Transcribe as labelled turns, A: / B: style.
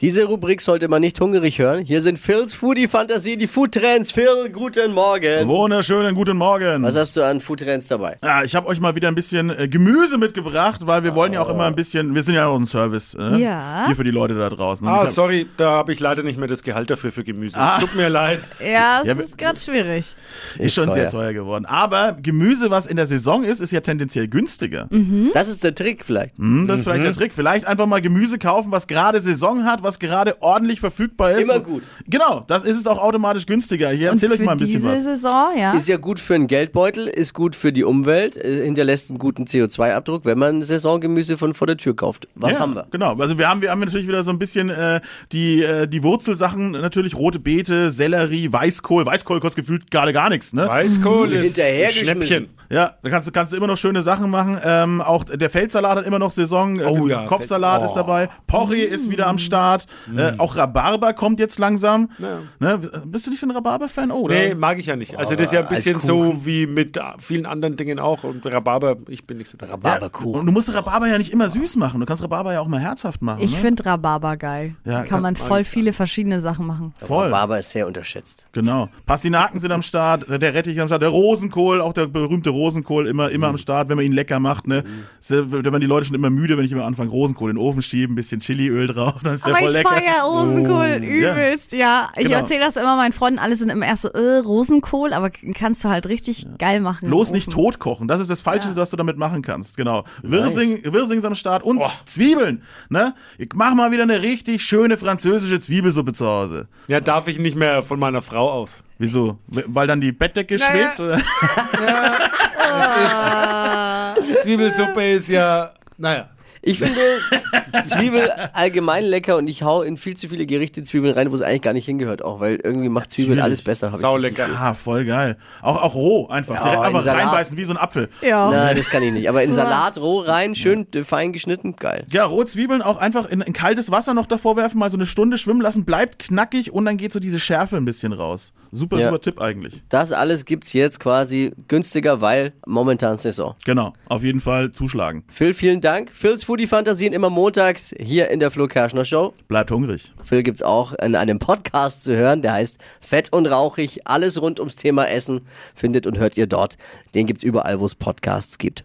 A: Diese Rubrik sollte man nicht hungrig hören. Hier sind Phil's Foodie-Fantasie, die Foodtrends. Phil, guten Morgen.
B: Wunderschönen guten Morgen.
A: Was hast du an Foodtrends dabei?
B: Ja, ich habe euch mal wieder ein bisschen äh, Gemüse mitgebracht, weil wir wollen ja auch immer ein bisschen, wir sind ja auch ein Service äh,
C: Oh. Ja.
B: hier für die Leute da draußen. Und
D: Ah,
B: ich Ah. hab-
D: sorry, da habe ich leider nicht mehr das Gehalt dafür für Gemüse. Es Tut mir leid.
C: Ja, es
B: Ja, äh,
C: ist gerade schwierig.
B: Ist schon sehr
A: teuer.
B: teuer geworden. Aber Gemüse, was in der Saison ist, ist ja tendenziell günstiger.
C: Mhm.
A: Das ist der Trick vielleicht.
B: Hm, das ist vielleicht
D: Mhm.
B: der Trick. Vielleicht einfach mal Gemüse kaufen, was gerade Saison hat, was gerade ordentlich verfügbar ist.
A: Immer gut.
B: Genau, das ist es auch automatisch günstiger. Ich
C: Und
B: erzähle euch
C: für
B: mal ein bisschen
C: diese
B: was.
C: Saison, ja.
A: Ist ja gut für den Geldbeutel, ist gut für die Umwelt, äh, hinterlässt einen guten CO2-Abdruck, wenn man Saisongemüse von vor der Tür kauft. Was
B: Ja,
A: haben wir?
B: Genau, also wir haben, wir haben natürlich wieder so ein bisschen äh, die, äh, die Wurzelsachen, natürlich rote Beete, Sellerie, Weißkohl. Weißkohl kostet gefühlt gerade gar nichts, ne?
D: Weißkohl ist
A: Hinterhergeschmissen.
D: Schnäppchen.
B: Ja, da kannst, du- kannst du immer noch schöne Sachen machen. Ähm, auch der Feldsalat hat immer noch Saison. Äh,
D: Oh ja,
B: Kopfsalat
D: Fels-
B: ist dabei. Porree ist wieder am Start. Äh, auch Rhabarber kommt jetzt langsam. Ne? Bist du nicht so ein Rhabarber-Fan? Oh, oder?
D: Nee, mag ich ja nicht. Also das ist ja ein bisschen so
A: Eiskuchen.
D: wie mit äh, vielen anderen Dingen auch. Und Rhabarber, ich bin nicht so der Rhabarber.
A: Barberkuchen.
B: Und du musst Rhabarber ja nicht immer süß machen. Du kannst Rhabarber ja auch mal herzhaft machen.
C: ich
B: ne?
C: finde Rhabarber geil.
B: Ja,
C: Kann man
D: kann-
C: voll viele verschiedene Sachen machen.
B: voll.
A: Barber ist sehr unterschätzt.
B: Genau. Pastinaken sind am Start, der Rettich ist am Start, der Rosenkohl, auch der berühmte Rosenkohl, immer, immer am Start, wenn man ihn lecker macht. Ne? Da werden die Leute schon immer müde, wenn ich immer anfange, Rosenkohl in den Ofen schieben, ein bisschen Chiliöl drauf, dann ist der
C: Aber
B: voll
C: ich
B: lecker. Oh,
C: feier Rosenkohl übelst, ja. Ich
B: Genau.
C: erzähle das immer meinen Freunden, alle sind immer erst so, äh, Rosenkohl, aber k- kannst du halt richtig geil machen.
B: Bloß
C: im
B: nicht
C: Ofen.
B: tot kochen. Das ist das Falscheste, was du damit machen kannst. Genau. Wirsing, Wirsing ist am Start und Zwiebeln. Ne? Ich mach mal wieder eine richtig schöne französische Zwiebelsuppe zu Hause.
D: Ja, darf ich nicht mehr von meiner Frau aus.
B: Wieso? Weil dann die Bettdecke schwebt? Oder?
D: Zwiebelsuppe ist ja, naja.
A: Ich finde Zwiebel allgemein lecker und ich hau in viel zu viele Gerichte Zwiebeln rein, wo es eigentlich gar nicht hingehört, auch weil irgendwie macht Zwiebeln
B: Natürlich.
A: alles besser. hab ich das
D: Saulecker.
B: Ah, voll geil. Auch, auch roh einfach. Direkt
A: in
B: einfach
A: Salat.
B: reinbeißen wie so ein Apfel.
C: Ja.
A: Nein, das kann ich nicht. Aber in Salat roh rein, schön äh, fein geschnitten, geil.
B: Ja, rohe Zwiebeln auch einfach in, in kaltes Wasser noch davor werfen, mal so eine Stunde schwimmen lassen, bleibt knackig und dann geht so diese Schärfe ein bisschen raus. Super,
A: Ja.
B: super Tipp eigentlich.
A: Das alles gibt's jetzt quasi günstiger, weil momentan Saison.
B: Genau, auf jeden Fall zuschlagen.
A: Phil, vielen Dank. Phils Foodie Fantasien immer montags hier in der Flo Kerschner Show.
B: Bleibt hungrig.
A: Phil gibt's auch in einem Podcast zu hören, der heißt Fett und Rauchig. Alles rund ums Thema Essen findet und hört ihr dort. Den gibt's überall, wo es Podcasts gibt.